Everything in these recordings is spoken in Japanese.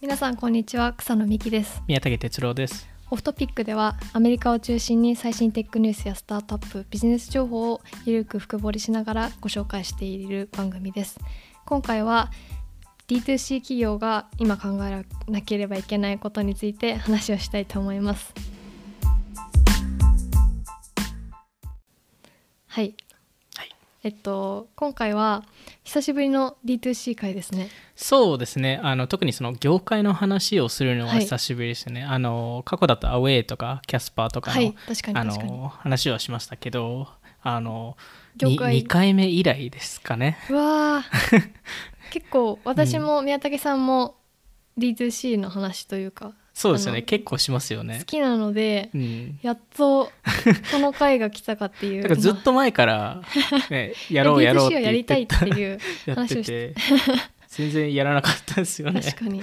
皆さんこんにちは草野美希です宮武哲郎ですオフトピックではアメリカを中心に最新テックニュースやスタートアップビジネス情報をゆるく深掘りしながらご紹介している番組です今回は D2C 企業が今考えなければいけないことについて話をしたいと思いますはい、はいえっと今回は久しぶりの D2C 会ですねそうですねあの特にその業界の話をするのははい久しぶりですよね、あの過去だとアウェイとかキャスパーとかの,、はい確かにあ確かにの話はしましたけどあの業に界2回目以来ですかねうわー 結構私も宮武さんも D2C の話というか、そうですよあねの結構しますよね好、きなのでうん、やっ とこの回が来たかっていうだからずっと前 から、ね、やろうやろう D2C をってや言りったていってたいう やって話をして全然やらなかったですよね確かに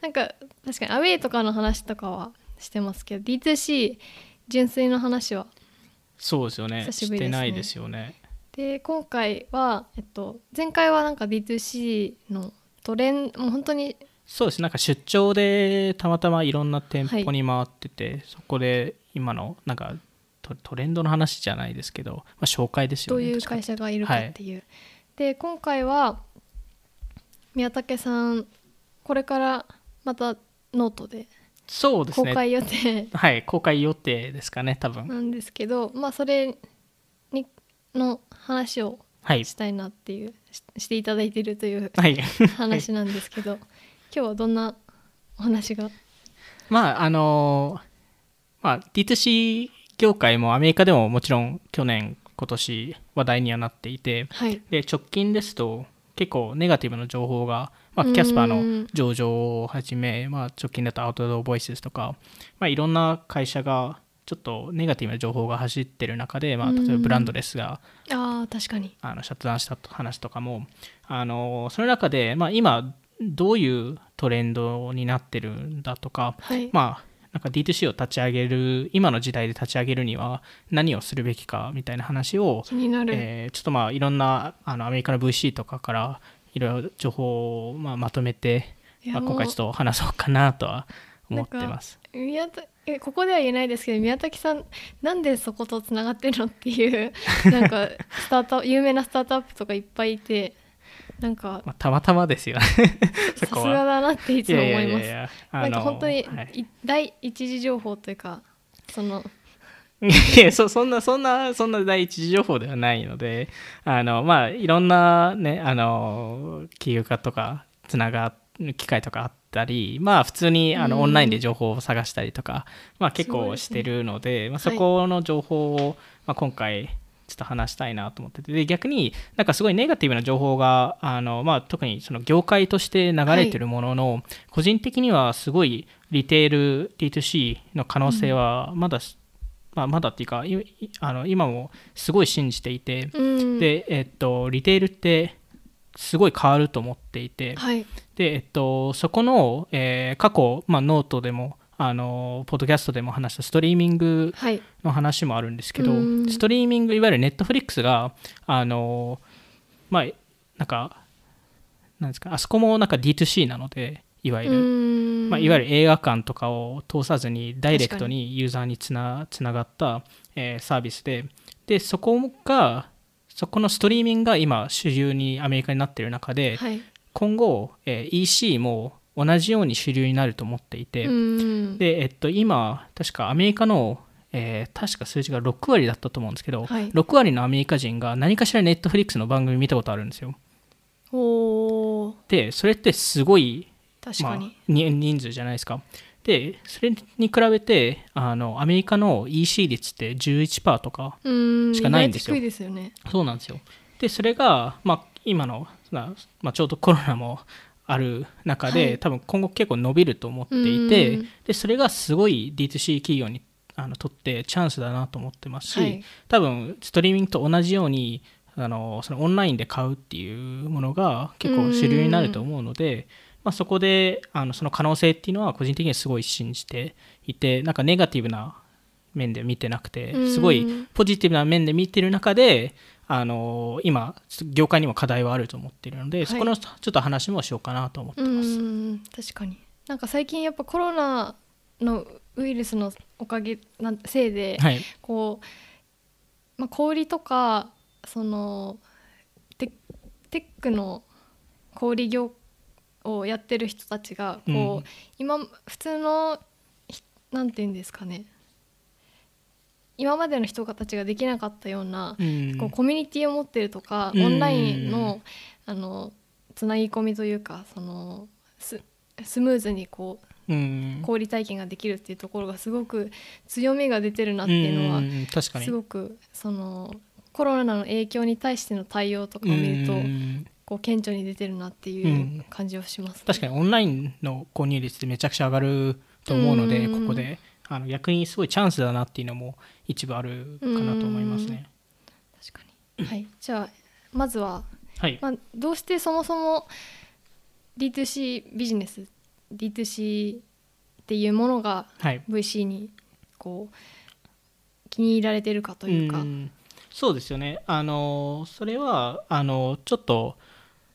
なんか確かにアウェイとかの話とかはしてますけど D2C 純粋の話はそうですよね久しぶりしでてすねないですよねで今回は、えっと、前回はなんか D2C のトレンもう本当にそうですなんか出張でたまたまいろんな店舗に回ってて、そこで今のなんかトトレンドの話じゃないですけど、まあ、紹介ですどようねいう確か会社がいるかっていう。で今回は宮武さんこれからまたノートでそうです公ね開予定はい公開予定ですかね多分、なんですけど、まあそれにの話をはいしたいなっていうししていただいてると いうはい話なんですけど、今日はどんなお話がまああのーまあ D2C 業界もアメリカでももちろん去年今年話題にはなっていてはいで直近ですと結構ネガティブな情報が、まあ、うんキャスパーの上場をはじめ、まあ、直近だとアウトドアボイスとか、まあ、いろんな会社がちょっとネガティブな情報が走ってる中で、まあ、うん例えばブランドレスがあー確かにあのシャットダウンした話とかもあのその中で、まあ、今どういうトレンドになってるんだとか、はい、まあなんか D2C を立ち上げる今の時代で立ち上げるには何をするべきかみたいな話を気になる、えーちょっとまあいろんなあのアメリカの VC とかからいろいろ情報をまあまとめて、いやまあ、もう今回ちょっと話そうかなとは思ってます。宮田えここでは言えないですけど宮崎さんなんでそことつながってるのっていう なんかスタート有名なスタートアップとかいっぱいいてなんかまあ、たまたまですよね。さ そすこがはだなっていつも思いますや、あなのんか本当に、はいい第一次情報というかそのいやそ そんなそんなそんな第一次情報ではないのであのまあいろんなねあの企業家とかつながる機会とかあったりまあ普通にあうんのオンラインで情報を探したりとか、まあ、結すごい構ですねしてるのでまあ、そはいこの情報を、まあ、今回ちょっと話したいなと思っててで逆になんかすごいネガティブな情報があの、まあ、特にその業界として流れてるものの、個人的にはすごいリテール D2C の可能性はまだ、まあ、まだっていうかいいあの今もすごい信じていて、うんで、えっと、リテールってすごい変わると思っていて、はいで、えっと、そこの、えー過去、まあ、ノートでもあのポッドキャストでも話したストリーミングはいの話もあるんですけど、うんストリーミングいわゆるネットフリックスがあのまあなんかなんですかあそこもなんか D2C なのでいわゆる、まあ、いわゆるる映画館とかを通さずにダイレクトにユーザーにつなつながった、えーサービスででそこがそこのストリーミングが今主流にアメリカになっている中で、はい今後、えー EC も同じように主流になると思っていて、うんで、えっと、今、確かアメリカの、えー確か数字が6割だったと思うんですけど、はい6割のアメリカ人が何かしらネットフリックスの番組見たことあるんですよ。おーで、それってすごい確かに、まあ、に人数じゃないですか。で、それに比べて、あのアメリカの EC 率って11%とか、うんしかないんですよ意外と低いですよねそうなんですよ。で、それが、まあ、今の、まあまあ、ちょうどコロナもある中で、はい多分今後結構伸びると思っていて、うんでそれがすごい D2C 企業にあのとってチャンスだなと思ってますし、はい多分ストリーミングと同じようにあのそのオンラインで買うっていうものが結構主流になると思うので、まあ、そこであのその可能性っていうのは個人的にすごい信じていてなんかネガティブな面で見てなくてうんすごいポジティブな面で見てる中であの今ちょっと業界にも課題はあると思っているので、はいそこのちょっと話もしようかなと思ってうます。ん確かになんか最近やっぱコロナのウイルスのおかげなんせいで、はいこう、まあ、小売りとかそのテテックの小売り業をやってる人たちがこう、うん今普通のひなんて言うんですかね今までの人たちができなかったような、うんこうコミュニティを持ってるとか、うんオンラインのあのつなぎ込みというかそのススムーズにこううん小売り体験ができるっていうところがすごく強みが出てるなっていうのはん確かにすごくそのコロナの影響に対しての対応とかを見るとうんこう顕著に出てるなってういうん感じをします、確かにオンラインの購入率ってめちゃくちゃ上がると思うのでうんここであの逆にすごいチャンスだなっていうのも一部あるかなと思いますね。確かにはい、じゃあまずは、はい、まあ、どうしてそもそも D2C ビジネス D2C っていうものがはい VC にこう気に入られてるかというか。んそうですよねあのそれはあのちょっと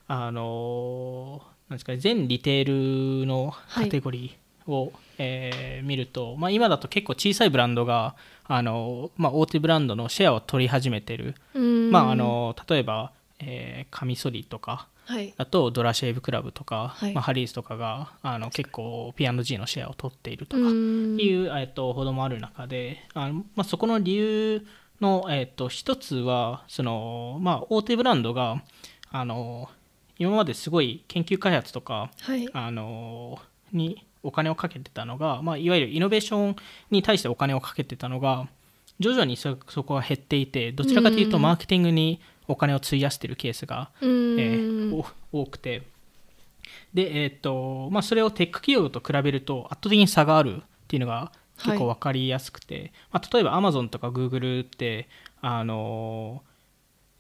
あのなんですかね全リテールのカテゴリーを、えー見ると、まあ、今だと結構小さいブランドがあの、まあ、大手ブランドのシェアを取り始めてる、うんまあ、あの例えば、えーカミソリとかはいあとドラシェーブクラブとか、はいまあ、ハリーズとかがあの結構 P&G のシェアを取っているとか、うんいう、えっとほどもある中であの、まあ、そこの理由の、えっと一つはその、まあ、大手ブランドがあの今まですごい研究開発とかはいあのにお金をかけてたのが、まあ、いわゆるイノベーションに対してお金をかけてたのが徐々にそそこは減っていてどちらかというとうんマーケティングにお金を費やしてるケースがうえんーお多くてで、えーっとまあ、それをテック企業と比べると圧倒的に差があるっていうのが結構分かりやすくて、まあ、例えばアマゾンとかグーグルってあのー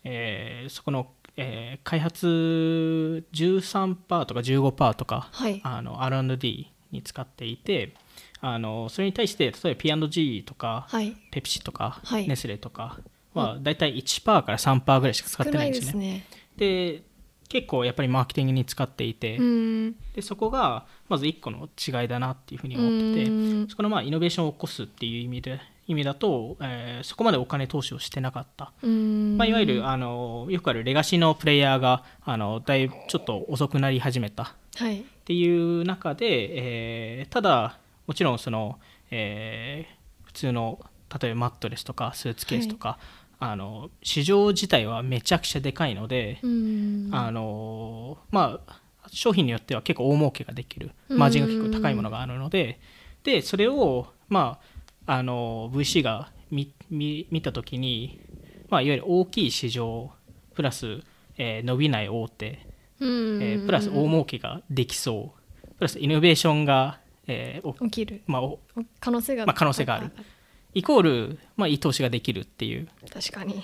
えーそこの、えー開発13%とか15%とかはいあの R&D に使っていてあのそれに対して例えば P&G とかはいペプシとか、はいネスレとかは大体1%から3%ぐらいしか使ってないんですね。ね。で結構やっぱりマーケティングに使っていて、うんでそこがまず1個の違いだなっていうふうに思ってて、うんそこのまあイノベーションを起こすっていう意味で意味だと、えーそこまでお金投資をしてなかった、うんまあ、いわゆるあのよくあるレガシーのプレイヤーがあのだいぶちょっと遅くなり始めたっはいていう中で、えーただもちろんその、えー普通の例えばマットレスとかスーツケースとか、あの市場自体はめちゃくちゃでかいので、うんあのーまあ商品によっては結構大儲けができるマージンが結構高いものがあるのででそれを、まあ、あのー VC が見見見た時に、まあ、いわゆる大きい市場プラス、えー伸びない大手、うんえープラス大儲けができそうプラスイノベーションが、えーお起きるまあ、お可能性がまあ可能性があるイコール、まあ、いい投資ができるっていう確かに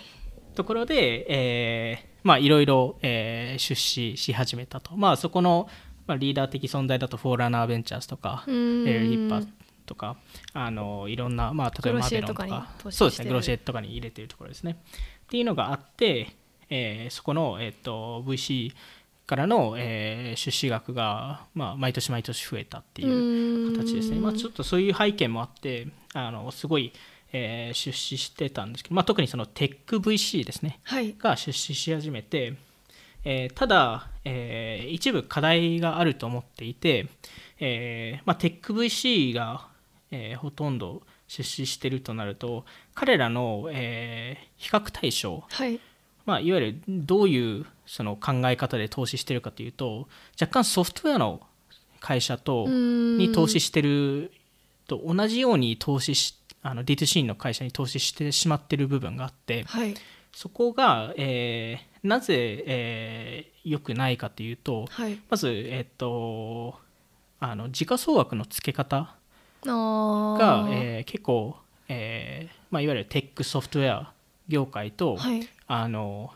ところで、えーまあ、いろいろ、えー出資し始めたと、まあ、そこの、まあ、リーダー的存在だとフォーランナーベンチャーズとか、うエんールヒッパーとかあのいろんな、まあ、例えばグロマシエベロとンとかかに投資してるそうですねグロシエとかに入れてるところですねっていうのがあって、えーそこの、えっと VC からの、えー出資額が、まあ、毎年毎年増えたっていうう形ですね、まあ、ちょょっとそういう背景もあってあのすごい、えー出資してたんですけど、まあ、特にそのテック VC ですねはいが出資し始めて、えーただ、えー一部課題があると思っていて、えーまあ、テック VC が、えーほとんど出資してるとなると彼らの、えー比較対象、はいまあ、いわゆるどういうその考え方で投資してるかというと若干ソフトウェアの会社と、にに投資してると同じように投資しあの D2C の会社に投資してしまってる部分があってはいそこが、えーなぜ、えー良くないかというとはいまず、えっとあの時価総額の付け方がが、えー結構、えーまあ、いわゆるテックソフトウェア業界と、はいあの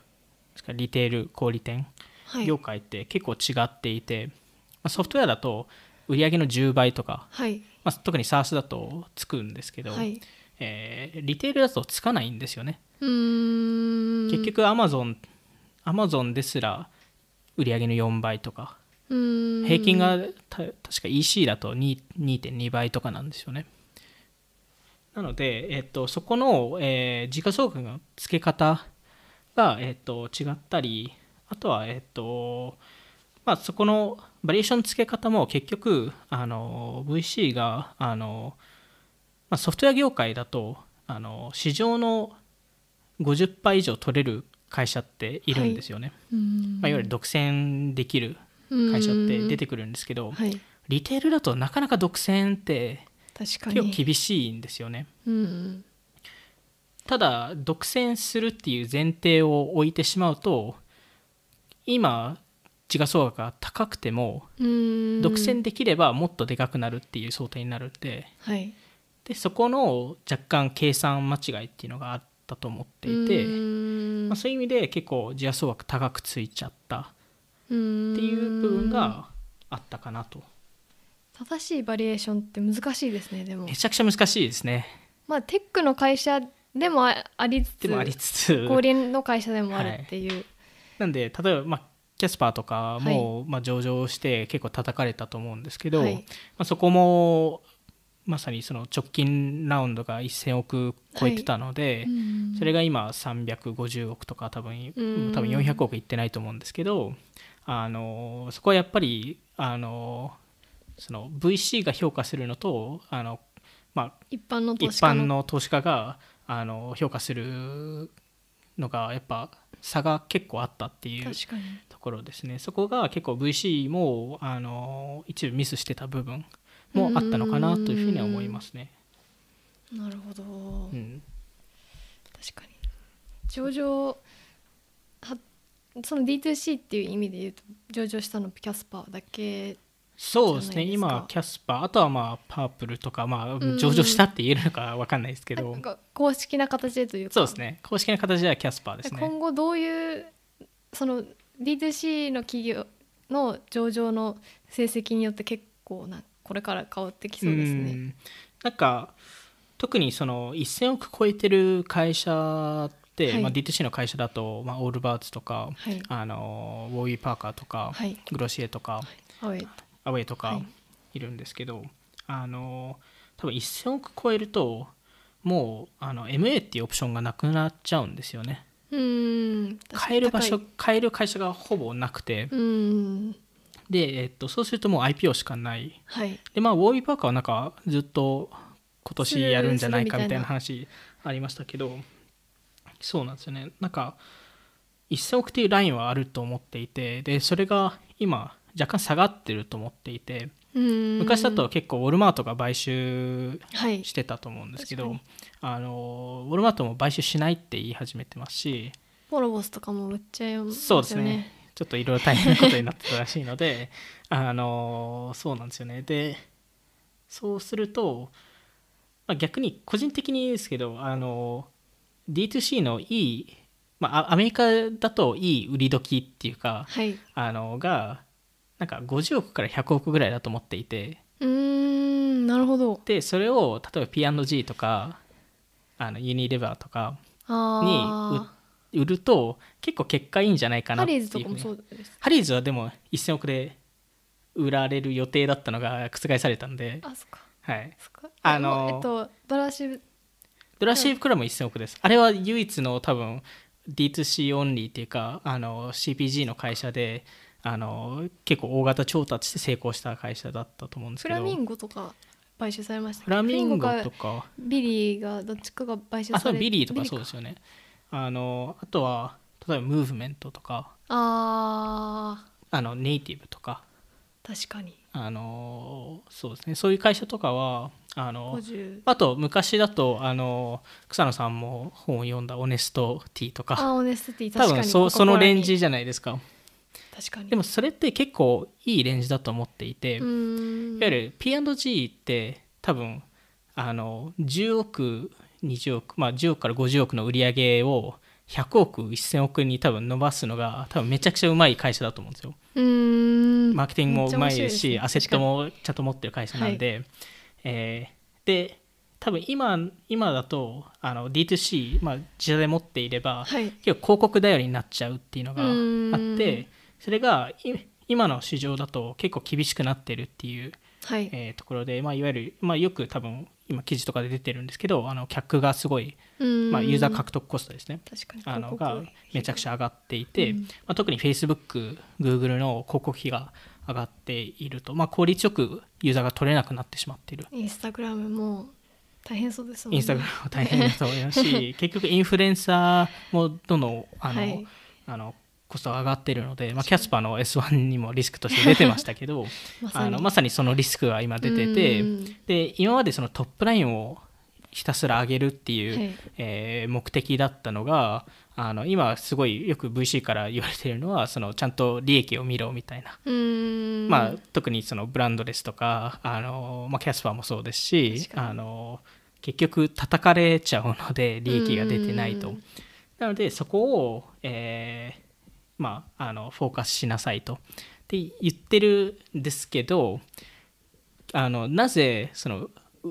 リテール小売店はい業界って結構違っていて、まあソフトウェアだと売上の10倍とかはいまあ、特に SARS だとつくんですけど、はいえーリテールだとつかないんですよね、うん結局 Amazon, Amazon ですら売り上げの4倍とかうん平均がた確か EC だと2 2.2倍とかなんですよね。なので、えっと、そこの、えー時価総額の付け方が、えっと、違ったりあとは、えっとまあ、そこのバリエーション付け方も結局あの VC があの、まあ、ソフトウェア業界だとあの市場の50倍以上取れる会社っているんですよね。うんまあ、いわゆる独占できる会社って出てくるんですけど、うんはいリテールだとなかなか独占って確か結構に厳しいんですよね。うんただ独占するっていう前提を置いてしまうと今自我総額が高くてもうん独占できればもっとでかくなるっていう想定になるんではいでそこの若干計算間違いっていうのがあったと思っていて、うんまあ、そういう意味で結構自我総額高くついちゃったっていう部分があったかなと正しいバリエーションって難しいですねでもめちゃくちゃ難しいですね。まあテックの会社でもあありつつでもありつつ小売りの会社でもあるっていう、なんで例えば、まあ、キャスパーとかも、まあ、上場して結構叩かれたと思うんですけど、はいまあ、そこもまさにその直近ラウンドが1000億超えてたので、うんそれが今350億とか多分うん多分400億いってないと思うんですけどあのそこはやっぱりあのその VC が評価するのとあの、まあ、一般の投一資家の般の投資家があの評価するのがやっぱ差が結構あったっていう確かにところですねそこが結構 VC もあの一部ミスしてた部分もあったのかなというふうには思いますね。なるほど、うん確かに上場はその D2C っていう意味で言うと上場したのキャスパーだけそうですじゃなねいですか今キャスパーあとはまあパープルとか、まんあ、上場したって言えるのか分かんないですけど、なんか公式な形でというかそうですね公式な形ではキャスパーですね。今後どういうその D2C の企業の上場の成績によって結構なこれから変わってきそうですうね。んなんか特にその1000億超えてる会社って、はいまあ、D2C の会社だと、まあ、オールバーツとか、はいあのウォーイー・パーカーとか、はいグロシエとか、はい、アウェイとはかいいるんですけど、あの多分1000億超えるともうあの MA っていうオプションがなくなっちゃうんですよねうん買える場所高い買える会社がほぼなくてうんで、えっと、そうするともう IPO しかないはいでまあウォービー・パーカーはなんかずっと今年やるんじゃないかみたいな話ありましたけどそうなんですよねなんか1000億っていうラインはあると思っていてでそれが今若干下がってると思っていてうん昔だと結構ウォルマートが買収はいしてたと思うんですけ確どあのウォルマートも買収しないって言い始めてますしポロボスとかも売っちゃいますよね。そうですね。ちょっといろいろ大変なことになってたらしいので あのそうなんですよねでそうすると、まあ、逆に個人的にですけどあの D2C のいい、まあ、あアメリカだといい売り時っていうかはい。あのがなんか50億から100億ぐらいだと思っていてうんなるほど。でそれを例えば P&G とかあのユニレバーとかにあ売売ると結構結果いいんじゃないかあなハっていリうーズとかふうもにそうです。ハリーズはでも1000億で売られる予定だったのが覆されたんで、あそっかはい、そっか。あのーえっとドラシブドラシープクラブも1000億です。あれは唯一の多分 D2C オンリーっていうかあの CPG の会社であの結構大型調達して成功した会社だったと思うんですフけどラミンゴとか買収されましたっけフラミンゴフラとかビリーがどっちかが買収あさそうれビリーとかそうですすよねあのあとは例えばムーブメントとかああのネイティブとかー確かにあのそうですねそういう会社とかはあの50あと昔だとあの草野さんも本を読んだ「オネストティ」とあかオネスティ多確か分にそコカそコのラレにンジじゃないですか確かにでもそれって結構いいレンジだと思っていて、ういわーんゆる P&G って多分あの10億20億まあ10億から50億の売り上げを100億1000億に多分伸ばすのが多分めちゃくちゃうまい会社だと思うんですようーんマーケティングもうまいですしめっちゃ面白いですねアセットもちゃんと持ってる会社なんで、えーで多分今今だとあの D2C、まあ、自社で持っていれば、はい結構広告頼りになっちゃうっていうのがあうっーてそれがい今の市場だと結構厳しくなってるっていう、はい、えーところで、まあ、いわゆる、まあ、よく多分今記事とかで出てるんですけどあの客がすごい、まあ、ユーザー獲得コストですね確かにあの広告がめちゃくちゃ上がっていて、うんまあ、特に FacebookGoogle の広告費が上がっていると、まあ、効率よくユーザーが取れなくなってしまっている。インスタグラムも大変そうですもんインスタグラムも大変だと思いま すし結局インフルエンサーもどんどんあの、はいあのコストが上がっているので、まあ、キャスパーの S1 にもリスクとして出てましたけど まさにあのまさにそのリスクが今出ててうんで今までそのトップラインをひたすら上げるっていう、はいえー目的だったのがあの今すごいよく VC から言われてるのはそのちゃんと利益を見ろみたいなうーんまあ、特にそのブランドレスとかあの、まあ、キャスパーもそうですし確かにあの結局叩かれちゃうので利益が出てないとうんなのでそこを、えーまあ、あのフォーカスしなさいとって言ってるんですけどあのなぜその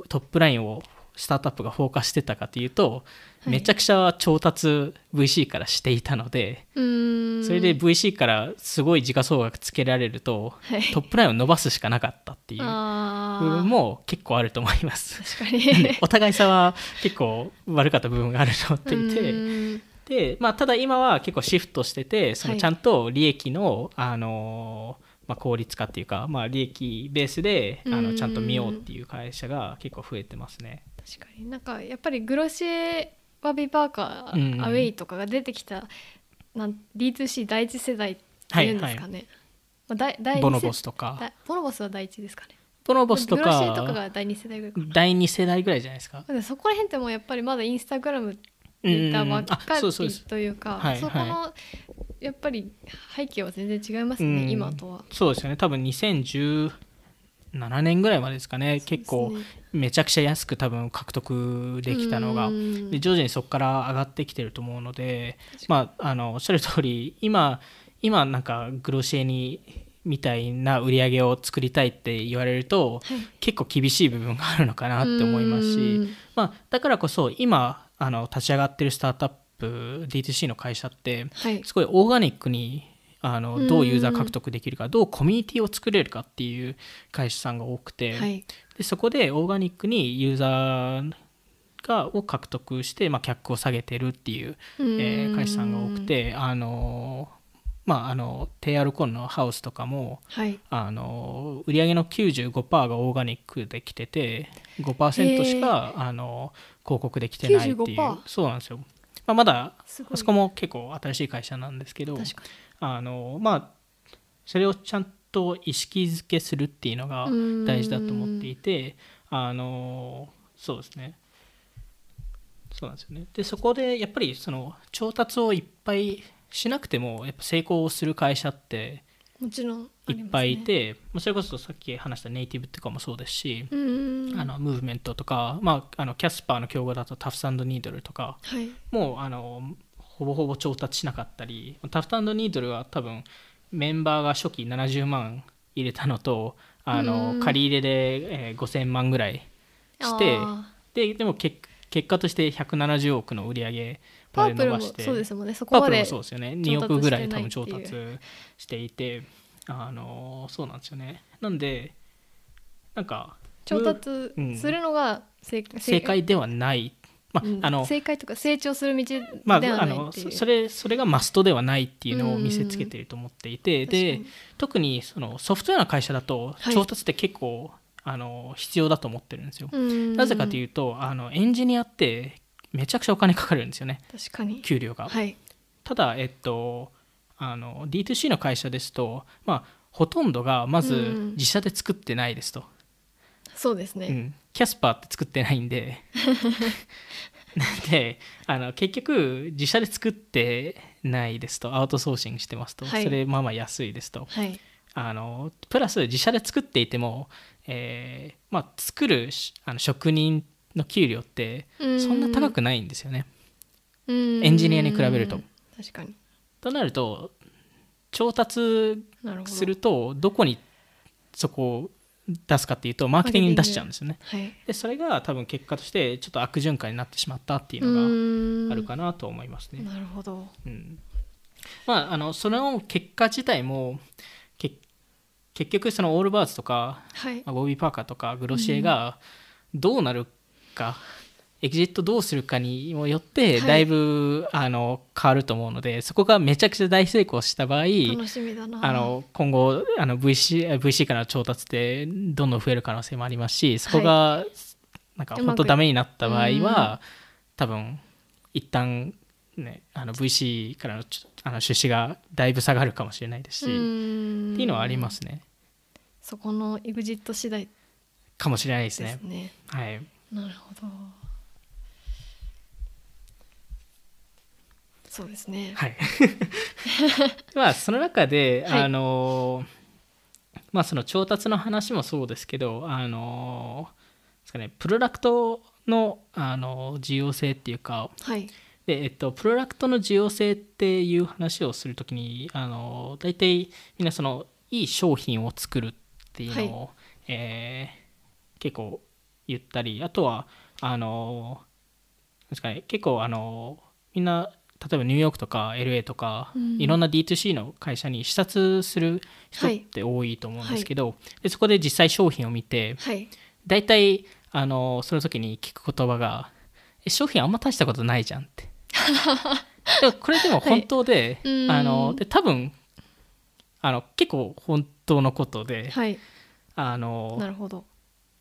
トップラインをスタートアップがフォーカスしてたかというと、はいめちゃくちゃ調達 VC からしていたので。うーんそれで VC からすごい時価総額つけられると、はいトップラインを伸ばすしかなかったっていうあ部ー分も結構あると思います。 確か にお互いさは結構悪かった部分があると思っていて、うーんでまあ、ただ今は結構シフトしててそはのいちゃんと利益の,、あのまあ、効率化っていうか、まあ、利益ベースであうのんちゃんと見ようっていう会社が結構増えてますね。確かになんかやっぱりグロシエワビバーカー、うんアウェイとかが出てきたなん D2C 第一世代っていうんですかね、まあ、だい第二世ボノボスとかだボノボスは第一ですかねボノボスとグロシエとかかが第二世代ぐらいかな第2世代ぐらいじゃないですか。まあでもそこら辺ってもうやっぱりまだインスタグラムデータばっかうんあそうそうりですというか、はいそこのやっぱり背景は全然違いますね、うん今とは。そうですよね多分2017年ぐらいまでですかね結構めちゃくちゃ安く多分獲得できたのがうんで徐々にそこから上がってきてると思うので確、まあ、あのおっしゃる通り今今なんかグロシエにみたいな売り上げを作りたいって言われると、はい結構厳しい部分があるのかなって思いますし。うんまあ、だからこそ今あの立ち上がってるスタートアップ D2C の会社ってはいすごいオーガニックにあうんのどうユーザー獲得できるかどうコミュニティを作れるかっていう会社さんが多くて、はいでそこでオーガニックにユーザーがを獲得して、まあ、客を下げてるっていう、えーうん会社さんが多くてあの、まあ、あの TR コンのハウスとかもはいあの売上の95%がオーガニックできてて5%しか、あの広告できてないっていう95%そうなんですよ、まあ、まだすごいあそこも結構新しい会社なんですけど確かあの、まあ、それをちゃんと意識づけするっていうのがうん大事だと思っていてあのそうですねそうなんですよねでそこでやっぱりその調達をいっぱいしなくてもやっぱ成功する会社ってにもちろんありまいすねっぱいいて、まあそれこそさっき話したネイティブとかもそうですし、うんあのムーブメントとか、まあ、あのキャスパーの競合だとタフサンドニードルとかはいもうあのほぼほぼ調達しなかったりタフサンドニードルは多分メンバーが初期70万入れたのとあうんの借り入れで、えー5000万ぐらいしてあででも結結果として170億の売り上げーパまでープ伸ルもばしてそうですもんねそパこーまプルでもそうですよね達して2ない億ぐらい多分調達ってしていてあのそうなんですよねなんでなんか調達うんするのが正正解ではない、まあうんあの正解とか成長する道まあ、ではあないっのていう、そそれそれがマストではないっていうのを見せつけてると思っていて、んで確かに特にそのソフトウェアの会社だとはい調達って結構、あの必要だと思ってるんですよ、うんなぜかというとあのエンジニアってめちゃくちゃお金かかるんですよね確かに給料が、はいただ、えっと、あの D2C の会社ですと、まあ、ほとんどがまずうん自社で作ってないですと、そうですうんね、キャスパーって作ってない んでなんであの結局自社で作ってないですとアウトソーシングしてますと、はいそれまあまあ安いですとはいあのプラス自社で作っていても、えーまあ、作るしあの職人の給料ってそそんな高くくないんですよね。エエンジニアに比べると確かにとなると調達なるほどするとどこにそこを出すかっていうとマーケティングに出しちゃうんですよねはいでそれが多分結果としてちょっと悪循環になってしまったっていうののがあるかなと思いますねなるほどうんまああのその結果自体も結結局そのオールバーツとかはいまあボビー・パーカーとかグロシエがどうなるか、エキジットどうするかにもよってはいだいぶ、あの変わると思うのでそこがめちゃくちゃ大成功した場合楽しみだなあの今後あの VC, VC からの調達ってどんどん増える可能性もありますしそこが、なんかうまく本当ダメになった場合うは多分一旦ねあの VC からのちょあの出資がだいぶ下がるかもしれないですし、っていうのはありますすねそこのエグジット次第かもしれないですですね。ねはいなるほどそうですねはい、 まあその中で、はいあのまあその調達の話もそうですけどあのですかねプロダクトのあの重要性っていうかはいで、えっと、プロダクトの重要性っていう話をするときにあの大体みんなそのいい商品を作るっていうのを、えー結構言ったりあとはあのなんですかね結構あのみんな例えばニューヨークとか LA とか、うんいろんな D2C の会社に視察する人はいって多いと思うんですけど、でそこで実際商品を見てはい大体あのその時に聞く言葉が「え商品あんま大したことないじゃん」って でもこれでも本当で,、はいうーんあので多分あの結構本当のことで、はいあのなるほど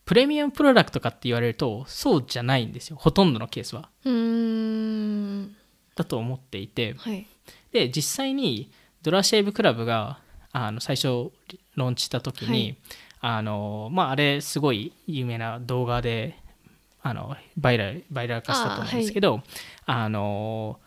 プレミアムプロダクトかって言われるとそうじゃないんですよほとんどのケースはうーんだと思っていてはいで実際にドラシェイブクラブがあの最初ローンチした時に、はいあのまあ、あれすごい有名な動画であのバイラルバイラル化したと思うんですけどあ、の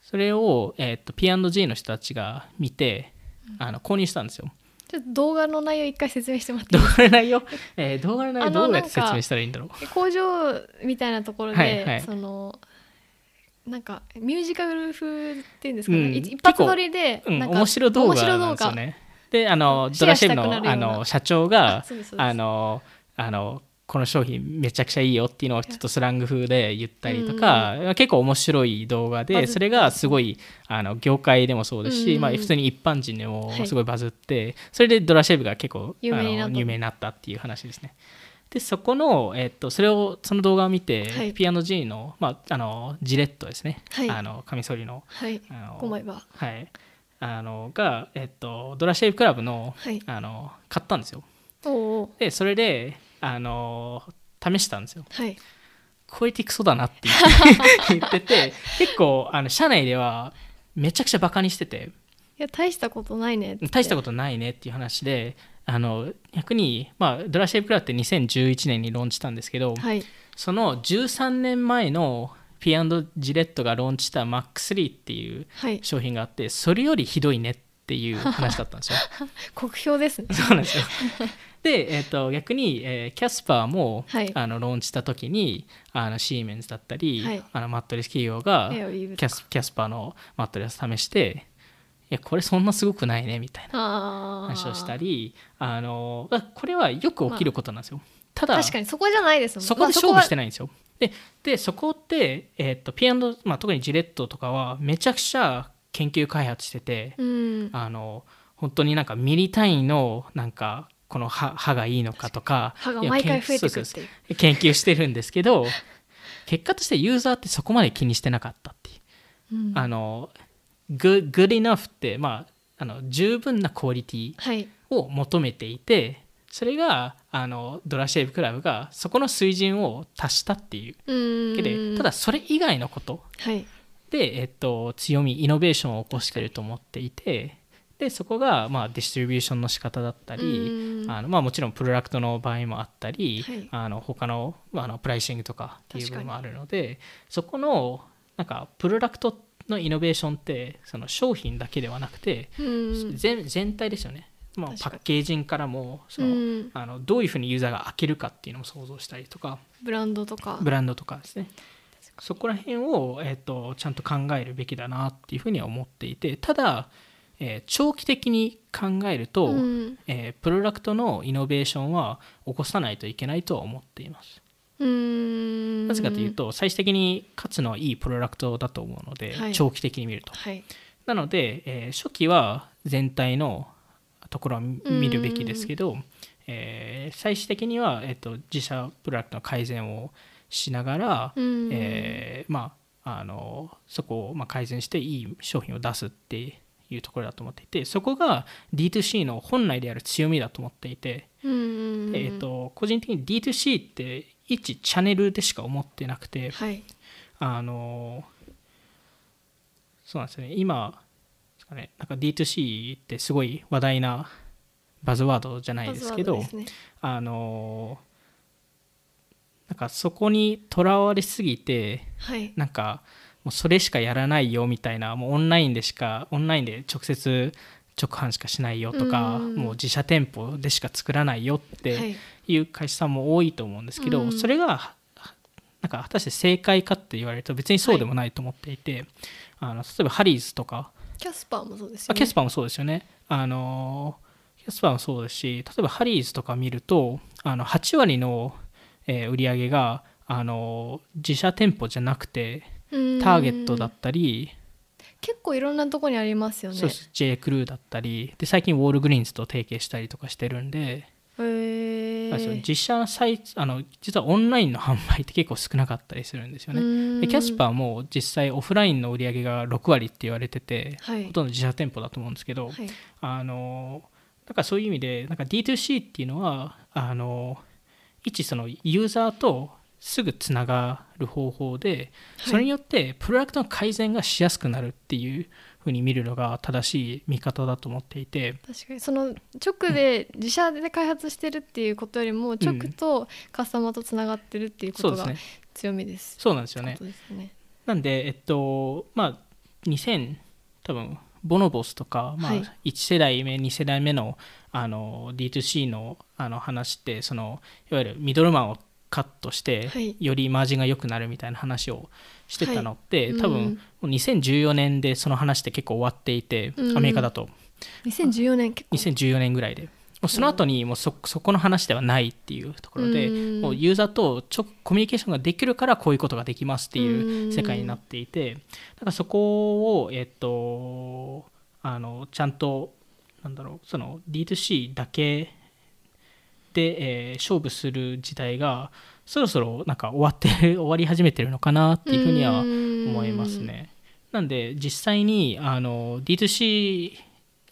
それを、えっと P&G の人たちが見てあの購入したんですよ。ちょっと動画の内容一回説明してもらってい動いです画の内 容、えー動画の内あ容のどうやっなてんか説明したらいいんだろうか工場みたいなところで、はいはいそのなんかミュージカル風っていうんですかね、うんい一発撮りで、うん、なんか面白動画なんですよ面白動ね。であのシドェラアしシェたブくなるようのな あの社長があそうですそうですあのあのこの商品めちゃくちゃいいよっていうのをちょっとスラング風で言ったりとか、結構面白い動画バでズったそれがすごいあの業界でもそうですし、うんまあ、普通に一般人でもはいすごいバズって、それでドラシェブが結構有名になったあの有名になったっていう話ですね。でそこの、えっと、それをその動画を見て、はい P&G の,、まあ、あのジレットですね、はいあのカミソリのはいあの5枚ははい、あのが、えっと、ドラシェイブクラブの,、はいあの買ったんですよおうおうでそれであの試したんですよはいクオリティクソだなって 言って言ってて結構あの社内ではめちゃくちゃバカにしてていや大したことないねって大したこことないねっていう話であの逆に、まあ、ドラシェイブクラブって2011年にローンチしたんですけど、はいその13年前の P&G レットがローンチした MAC3 っていうはい商品があってそれよりひどいねっていう話だったんですよ。酷評ですねそうなんですよで、えっと逆に、えーキャスパーも、はいあのローンチした時にあのシーメンズだったり、はい あのマットレス企業がエアウィーヴとかキャスキャスパーのマットレス試していやこれそんなすごくないねみたいなああ話をしたりあのあこれはよく起きることなんですよ。ただ確かにそこじゃないですもんそこで勝負してないないんですよ。ででそこって、えっとピアノ、まあ、特にジレットとかはめちゃくちゃ研究開発してて。うんあの本当になんかミリ単位のなんかこの歯歯がいいのかとか歯がいや毎回研増えてくそうっそうそていうう研究してるんですけど結果としてユーザーってそこまで気にしてなかったっていう、うんあの good, good enough って、まあ、あの十分なクオリティはいを求めていてそれがあのドラシェイブクラブがそこの水準を達したっていううんだけでただそれ以外のことはいで、えっと、強みイノベーションを起こしてると思っていてでそこが、まあ、ディストリビューションの仕方だったりうんあの、まあ、もちろんプロダクトの場合もあったり、はいあの他のあのプライシングとかっていう部分もあるのでそこのなんかプロダクトのイノベーションってその商品だけではなくて、うん全全体ですよね、まあ、確かパにッケージングからもその、うんあのどういうふうにユーザーが開けるかっていうのも想像したりとかブランドとかブランドとかですねそこら辺を、えー、とちゃんと考えるべきだなっていうふうには思っていてただ、えー長期的に考えると、うんえープロダクトのイノベーションは起こさないといけないとは思っていますうんなぜかというと最終的に価値のいいプロダクトだと思うので、はい長期的に見るとはいなので、えー初期は全体のところは見るべきですけど、えー最終的には、えっと自社プロダクトの改善をしながら、うんえーまあ、あのそこをまあ改善していい商品を出すっていうところだと思っていてそこが D2C の本来である強みだと思っていて、うんえー、と個人的に D2C って一チャンネルでしか思ってなくて、はいあのそうなんですよね今ですかねなんか D2C ってすごい話題なバズワードじゃないですけどパスワードですねあのなんかそこにとらわれすぎてはいなんかもうそれしかやらないよみたいなもうオンラインでしかオンラインで直接直販しかしないよとかうんもう自社店舗でしか作らないよって、はいいう会社さんも多いと思うんですけど、うんそれがなんか果たして正解かって言われると別にそうでもないと思っていて、あの例えばハリーズとか、キャスパーもそうですまよねあキャスパーもそうですよねあのキャスパーもそうですし例えばハリーズとか見るとあの8割の、えー売り上げがあの自社店舗じゃなくてうんターゲットだったり、結構いろんなとこにありますよねそうです J. クルーだったりで最近ウォールグリーンズと提携したりとかしてるんで。へーあれですよね実写サイトあの実はオンラインの販売って結構少なかったりするんですよね。うんでキャスパーも実際オフラインの売り上げが6割って言われてて、はいほとんど自社店舗だと思うんですけど、はいあのだからそういう意味でなんか D2C っていうのはあの一そのユーザーとすぐつながる方法ではいそれによってプロダクトの改善がしやすくなるっていうふうに見るのが正しい見方だと思っていて。確かにその直で自社で開発してるっていうことよりも直とカスタマーとつながってるっていうこそうとですがね。強みです。そうなんですよっねてこ。とですね。なんで、えっと、まあ、2000、多分ボノボスとか、まあはい1世代目、2世代目のあの D2C のあの話ってその、いわゆるミドルマンをカットして、はいよりマージンが良くなるみたいな話をしてたのって、はい多うん分、もう2014年でその話って結構終わっていて、うんアメリカだと2014年結構2014年ぐらいで。もうその後にもうそそこの話ではないっていうところで、うんもうユーザーとちょコミュニケーションができるからこういうことができますっていううん世界になっていてだからそこを、えっと、あのちゃんとなんだろうその D2C だけで、えー勝負する時代がそろそろなんか終わってる終わり始めてるのかなっていうふうには思いますね。なんで実際にあの D2C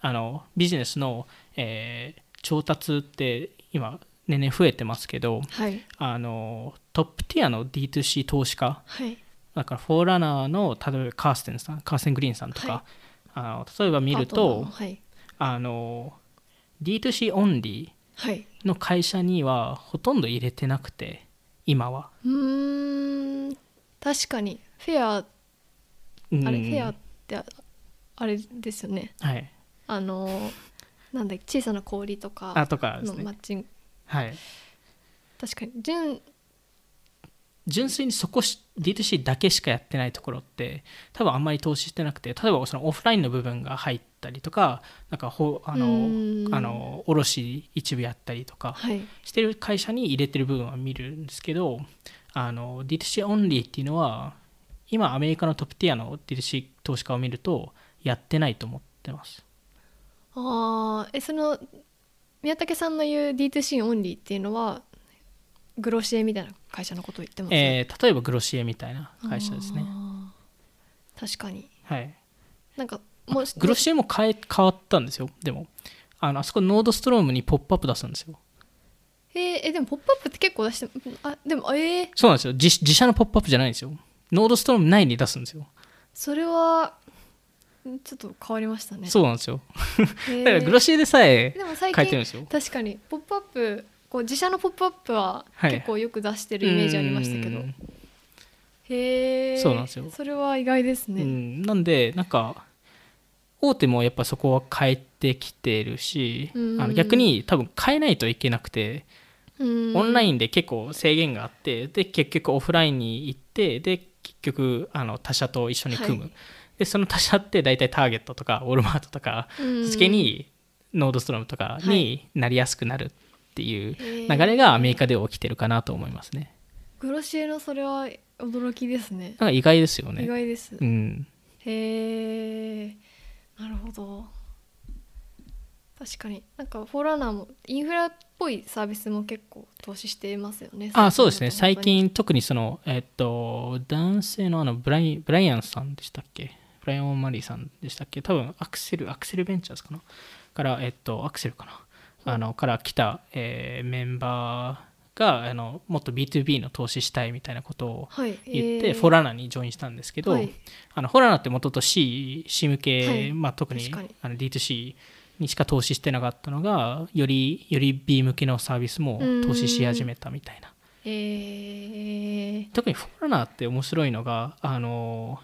あのビジネスの、えー調達って今年々増えてますけどはいあのトップティアの D2C 投資家はいだからフォーランナーの例えばカーステンさんカーステン・グリーンさんとか、はいあの例えば見るパートナーのとはいあの D2C オンリはいーの会社にはほとんど入れてなくて今は。うーん確かにフェアあうんれフェアってああれですよねはい、あのなんだっけ小さな氷とあかとかですのマね、ッチングはい、確かに純純粋にそこし D2C だけしかやってないところって多分あんまり投資してなくて例えばそのオフラインの部分が入ったりとかなんかほあうのーんあの卸一部やったりとかはいしてる会社に入れてる部分は見るんですけどあの D2C オンリーっていうのは今アメリカのトップティアの D2C 投資家を見るとやってないと思ってますああえその宮武さんの言う D2C オンリーっていうのはグロシエみたいな会社のことを言ってますね、えー例えばグロシエみたいな会社ですねあー確かにはいなんかもうグロシエも変え変わったんですよでもあのあそこノードストロームにポップアップ出すんですよえーえでも「ポップアップって結構出してあでもえー、そうなんですよ自自社のポップアップじゃないんですよノードストローム内に出すんですよ、それはんちょっと変わりましたねそうなんですよへーだからグロシエでさえでも最書いてるん近ですよ確かに「ポップアップこう自社の「ポップアップははい結構よく出してるイメージありましたけど、うんへえそうなんですよそれは意外ですうね、んなんでなんか大手もやっぱそこは変えてきてるし、うんあの逆に多分変えないといけなくて、うんオンラインで結構制限があってで結局オフラインに行ってで結局あの他社と一緒に組む、はいでその他社って大体ターゲットとかウォルマートとかうん付けにノードストロームとかになりやすくなるっていうへー流れがアメリカでは起きてるかなと思いますね。グロシエのそれは驚きですねなんか意外ですよ意ね。外です、うん、へえなるほど確かになんかフォーラナーもインフラっぽいサービスも結構投資してますよねあそうですねだと本最当に近特にそのえっと男性のあのブライブライアンさんでしたっけブライアン・オンマリーさんでしたっけ多分アクセルアクセルベンチャーズかなからえっとアクセルかなあのから来た、えーメンバーがあのもっと B2B の投資したいみたいなことをはい言って、えーフォラナにジョインしたんですけど、はいあのフォラナってもともと C, C 向け、はいまあ、特に確かにあの D2C にしか投資してなかったのがよりより B 向けのサービスも投資し始めたみたいなえー、特にフォラナって面白いのがあの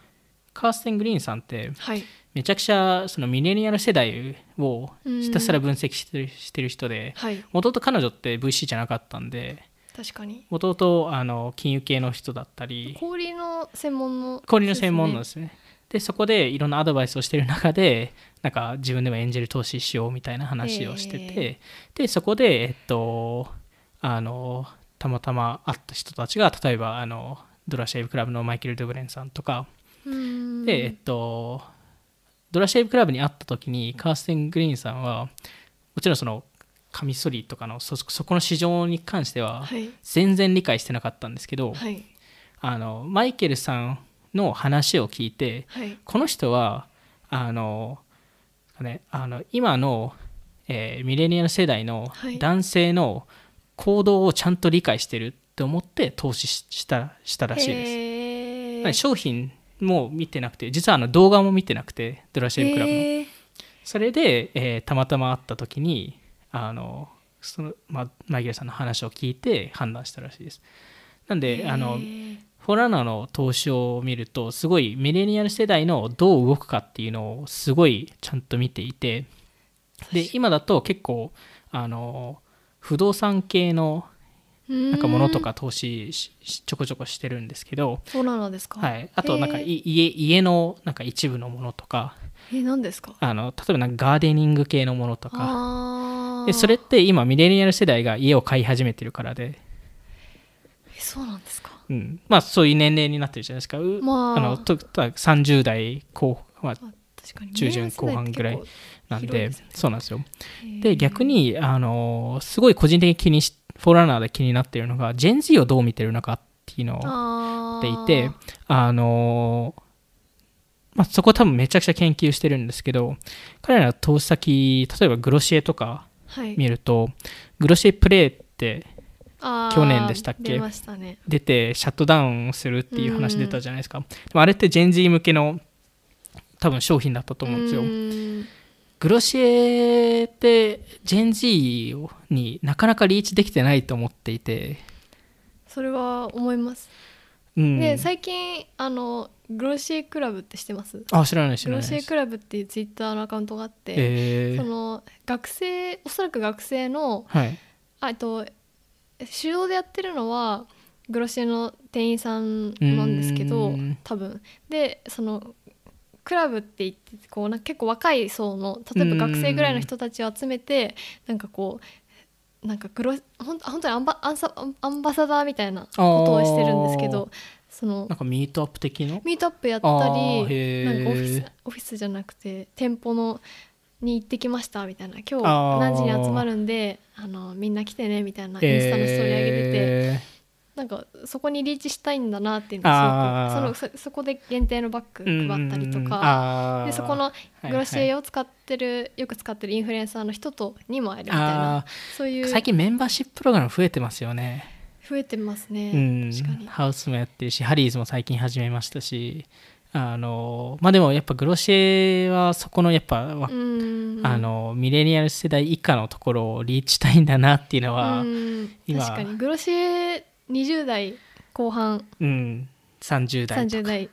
カーステン・グリーンさんってはいめちゃくちゃそのミレニアル世代をひたすら分析してるしてる人ではいもともと彼女って VC じゃなかったんで確かにもともとあの金融系の人だったり氷の専門の氷の専門のでですすねでそこでいろんなアドバイスをしている中でなんか自分でもエンジェル投資しようみたいな話をしてて、でそこでえっとあのたまたま会った人たちが例えばあのドラシェイブクラブのマイケル・ドゥブレンさんとかねうーんで、えっとドラシェイブクラブに会った時にカーステン・グリーンさんはもちろんそのカミソリとかのそそこの市場に関してははい全然理解してなかったんですけど、はいあのマイケルさんの話を聞いてはいこの人はあの,、ね、あの今の、えーミレニアル世代のはい男性の行動をちゃんと理解してるって思って投資ししたしたらしいです。へなーので商品も見てなくて実はあの動画も見てなくてドラシェイブクラブの。へーそれで、えーたまたま会った時にあのその、ま、マイケルさんの話を聞いて判断したらしいです。なんで、あのへーフォラナの投資を見るとすごいミレニアル世代のどう動くかっていうのをすごいちゃんと見ていてで今だと結構あの不動産系のなんかものとか投資ししちょこちょこしてるんですけど、そうなのですかはい、あとなんかへーい家家のなんか一部のものとかえ何ですかあの例えばなんかガーデニング系のものとかあーでそれって今ミレニアル世代が家を買い始めてるからで、えそうなんですかうん、まあそういう年齢になってるじゃないですか、うまああのとと30代後半、まああ確かに中旬後半ぐらいなんで広いですよねそうなんですよへでー逆にあのすごい個人的に気にしフォーランナーで気になってるのがジェン Z をどう見てるのかっていうのをあっていーてあのまあ、そこ多分めちゃくちゃ研究してるんですけど彼らの投資先例えばグロシエとかはい見るとグロシエプレイってあー去年でしたっけ出ましたね出てシャットダウンするっていう話出たじゃないですか、でもあれってジェン Z 向けの多分商品だったと思うんですよ、うーんグロシエってジェン Z になかなかリーチできてないと思っていて、それは思いますうん、で最近あのグロシークラブって知ってますあ知らない知グらロないシークラブっていうツイッターのアカウントがあって、えそー、の学生おそらく学生のはいあえっと主導でやってるのはグロシエの店員さんなんですけうどーん多分でそのクラブって言ってこうなんか結構若い層の例えば学生ぐらいの人たちを集めてなんかこうなんかグロほん本当にアンバアンサアンバサダーみたいなことをしてるんですけどそのなんかミートアップ的なミートアップやったあーりへーなんかオフィスオフィスじゃなくて店舗のに行ってきましたみたいな今日あー何時に集まるんであのみんな来てねみたいなインスタのストーリー上げてて、えなんかそこにリーチしたいんだなっていうあのーすごくそのそそこで限定のバッーグ配ったりとうんかあーでそこのグロシエを使ってる、よく使ってるインフルエンサーの人とにも会えるみたいあなそうーいう最近メンバーシッププログラム増えてますよね増えてますね、うん確かに。ハウスもやってるしハリーズも最近始めましたしあのまあでもやっぱグロシエはそこのやっぱ、わうんあのミレニアル世代以下のところをリーチしたいんだなっていうのは、ううんん今確かにグロシエ20代後半30代30とかっ代っ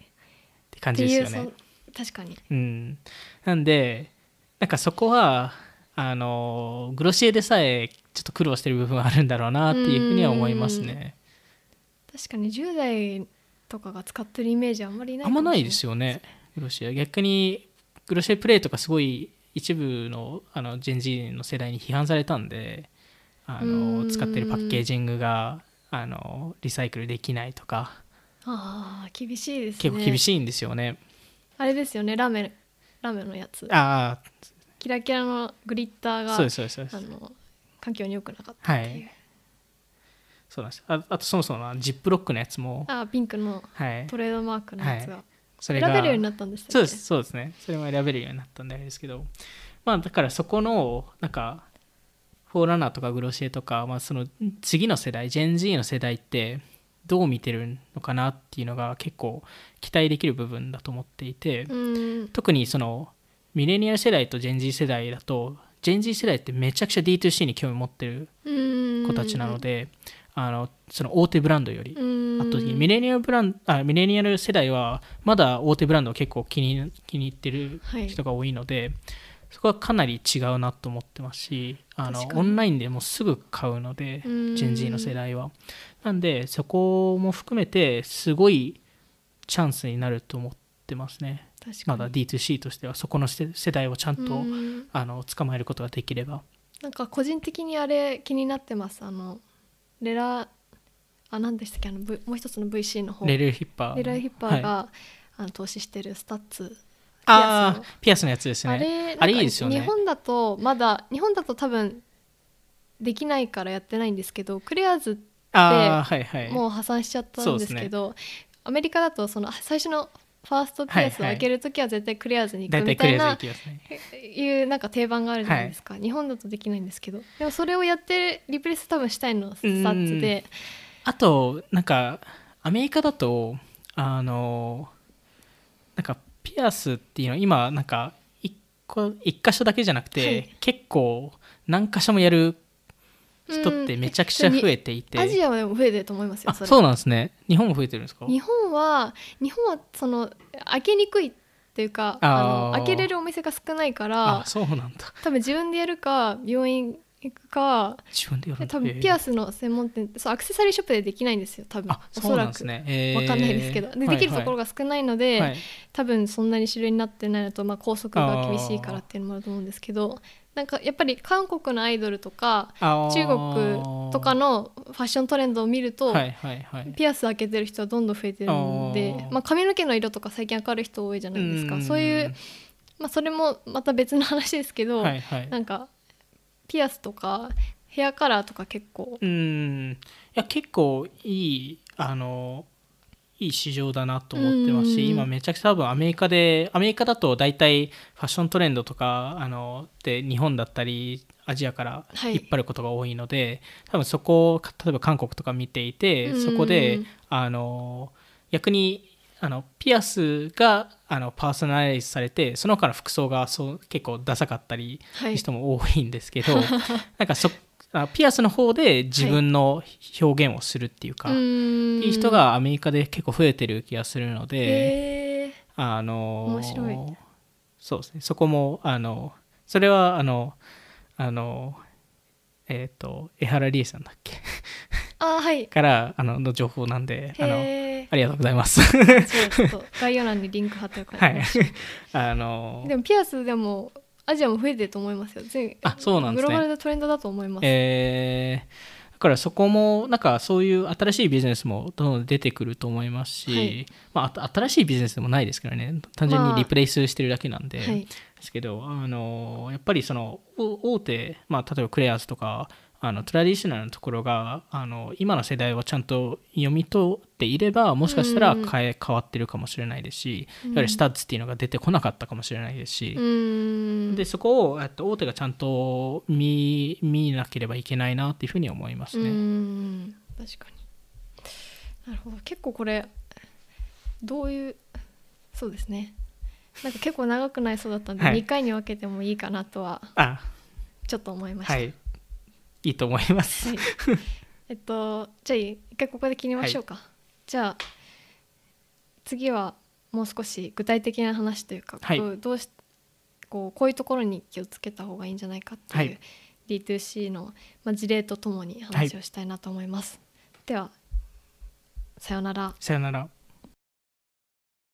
て感てじですいうよね。そん確かにうん、なんでなんかそこはあのグロシエでさえちょっと苦労してる部分はあるんだろうなっていうふうには思いますね。確かに10代とかが使ってるイメージあんまりないあんまないですよねグロシエ逆にグロシエプレイとかすごい一部のあのジェン Z の世代に批判されたんであうのん使ってるパッケージングがあのリサイクルできないとかああー厳しいですね結構厳いしいんですよね。あれですよねラメラメのやつああキラキラのグリッターがそうですそうですそうですあの環境に良くなかったはっていうい、そうなんですああとそもそもあのジップロックのやつもあピンクのはいトレードマークのやつが、それが選べるようになったんでしたっけそうですそうですねそれも選べるようになったんであれですけどまあだからそこのなんかフォーランナーとかグロシエとか、まあ、その次の世代ジェン Z の世代ってどう見てるのかなっていうのが結構期待できる部分だと思っていて、うん特にそのミレニアル世代とジェン Z 世代だとジェン Z 世代ってめちゃくちゃ D2C に興味持ってるうん子たちなので、あのその大手ブランドよりうん圧倒的にミレニアルブランあミレニアル世代はまだ大手ブランドを結構気に気に入ってるはい人が多いので、そこはかなり違うなと思ってますしあの確かにオンラインでもうすぐ買うのでうーんジェン Z の世代はなんでそこも含めてすごいチャンスになると思ってますね確かまにだ D2C としてはそこの世世代をちゃんと、うんあの捕まえることができればなんか個人的にあれ気になってますあのレラあ何でしたっけあの、v、もう一つの VC の方レールヒッパーのレラヒッパーが、はいあの投資してるスタッツあーピアスのやつですねあれあれなんかいいですよね日本だとまだ日本だと多分できないからやってないんですけどクレアーズあーはいはいもう破産しちゃったんですけど、アメリカだとその最初のファーストピアスをはいはい開ける時は絶対クレアーズに行大くみ体クたレいーズな行きますねいうなんか定番があるじゃないですか、日本だとできないんですけどでもそれをやってリプレイス多分したいのスタッツであとなんかアメリカだとあのなんかピアスっていうの今なんか一個一箇所だけじゃなくて、はい結構何箇所もやる人ってめちゃくちゃ増えていて、アジアはでも増えてると思いますよあそううなんですね日本も増えてるんですか日本は日本はその開けにくいっていうかあのあー開けれるお店が少ないかあらそうなんだ多分自分でやるか病院行くか自分でやるんでだ多へ分ーピアスの専門店ってそうアクセサリーショップでできないんですよ多分あおそそうなんらですく、ねえーわかんないですけどでできるところがが少ないのあで、多分そんなに主流になってないのと、まあ、校則が厳しいからっていうのもあると思うんですけどなんかやっぱり韓国のアイドルとか中国とかののファッショントレンドを見ると、はいはいはいピアス開けてる人はどんどん増えてるんであ、ーまあ、髪の毛の色とか最近明るい人多いじゃないですかんそういう、まあ、それもまた別の話ですけど、はいはい、なんかピアスとかヘアカラーとか結構うんいや結構いいあのいい市場だなと思ってますうんし今めちゃくちゃ多分アメリカでアメリカだと大体ファッショントレンドとかあので日本だったりアジアからはい引っ張ることが多いので、多分そこを例えば韓国とか見ていてうんそこであの逆にあのピアスがあのパーソナライズされてその他の服装がそう結構ダサかったりはい人も多いんですけ ど、なんかそあピアスの方で自分の表現をするっていうか、うい、ーんっていう人がアメリカで結構増えてる気がするので、へーあのー面白いそうですねそこもあのそれはあのあのえっ、と江原理恵さんだっけ あーはいからあのの情報なんであのへありがとうございます。 えちょっと概要欄にリンク貼っておくはかいら、、あのでもピアスでもアジアも増えてると思いますよ全あそうなんですねグローバルでトレンドだと思います、えーだからそこもなんかそういう新しいビジネスもどんどん出てくると思いますし、はいまああと、新しいビジネスでもないですからね単純にリプレイスしてるだけなんで、はいですけどあのやっぱりそのお大手、まあ、例えばクレアーズとかあのトラディショナルのところがあの今の世代をちゃんと読み取っていればもしかしたら変え変わってるかもしれないですし、うんやはりスタッツっていうのが出てこなかったかもしれないですし、うーんでそこをえっと大手がちゃんと見見なければいけないなっていうふうに思いますうーね。ん確かになるほど結構これどういうそうですねなんか結構長くなりそうだったんで、はい2回に分けてもいいかなとはあちょっと思いました、はいいいと思います。はい、えっとじゃあ一回ここで切りましょうか、じゃあ次はもう少し具体的な話というか、はいどうどうしこうこういうところに気をつけた方がいいんじゃないかってはいいう D2C の、まあ、事例とともに話をしたいなと思います、ではさようならさよなら。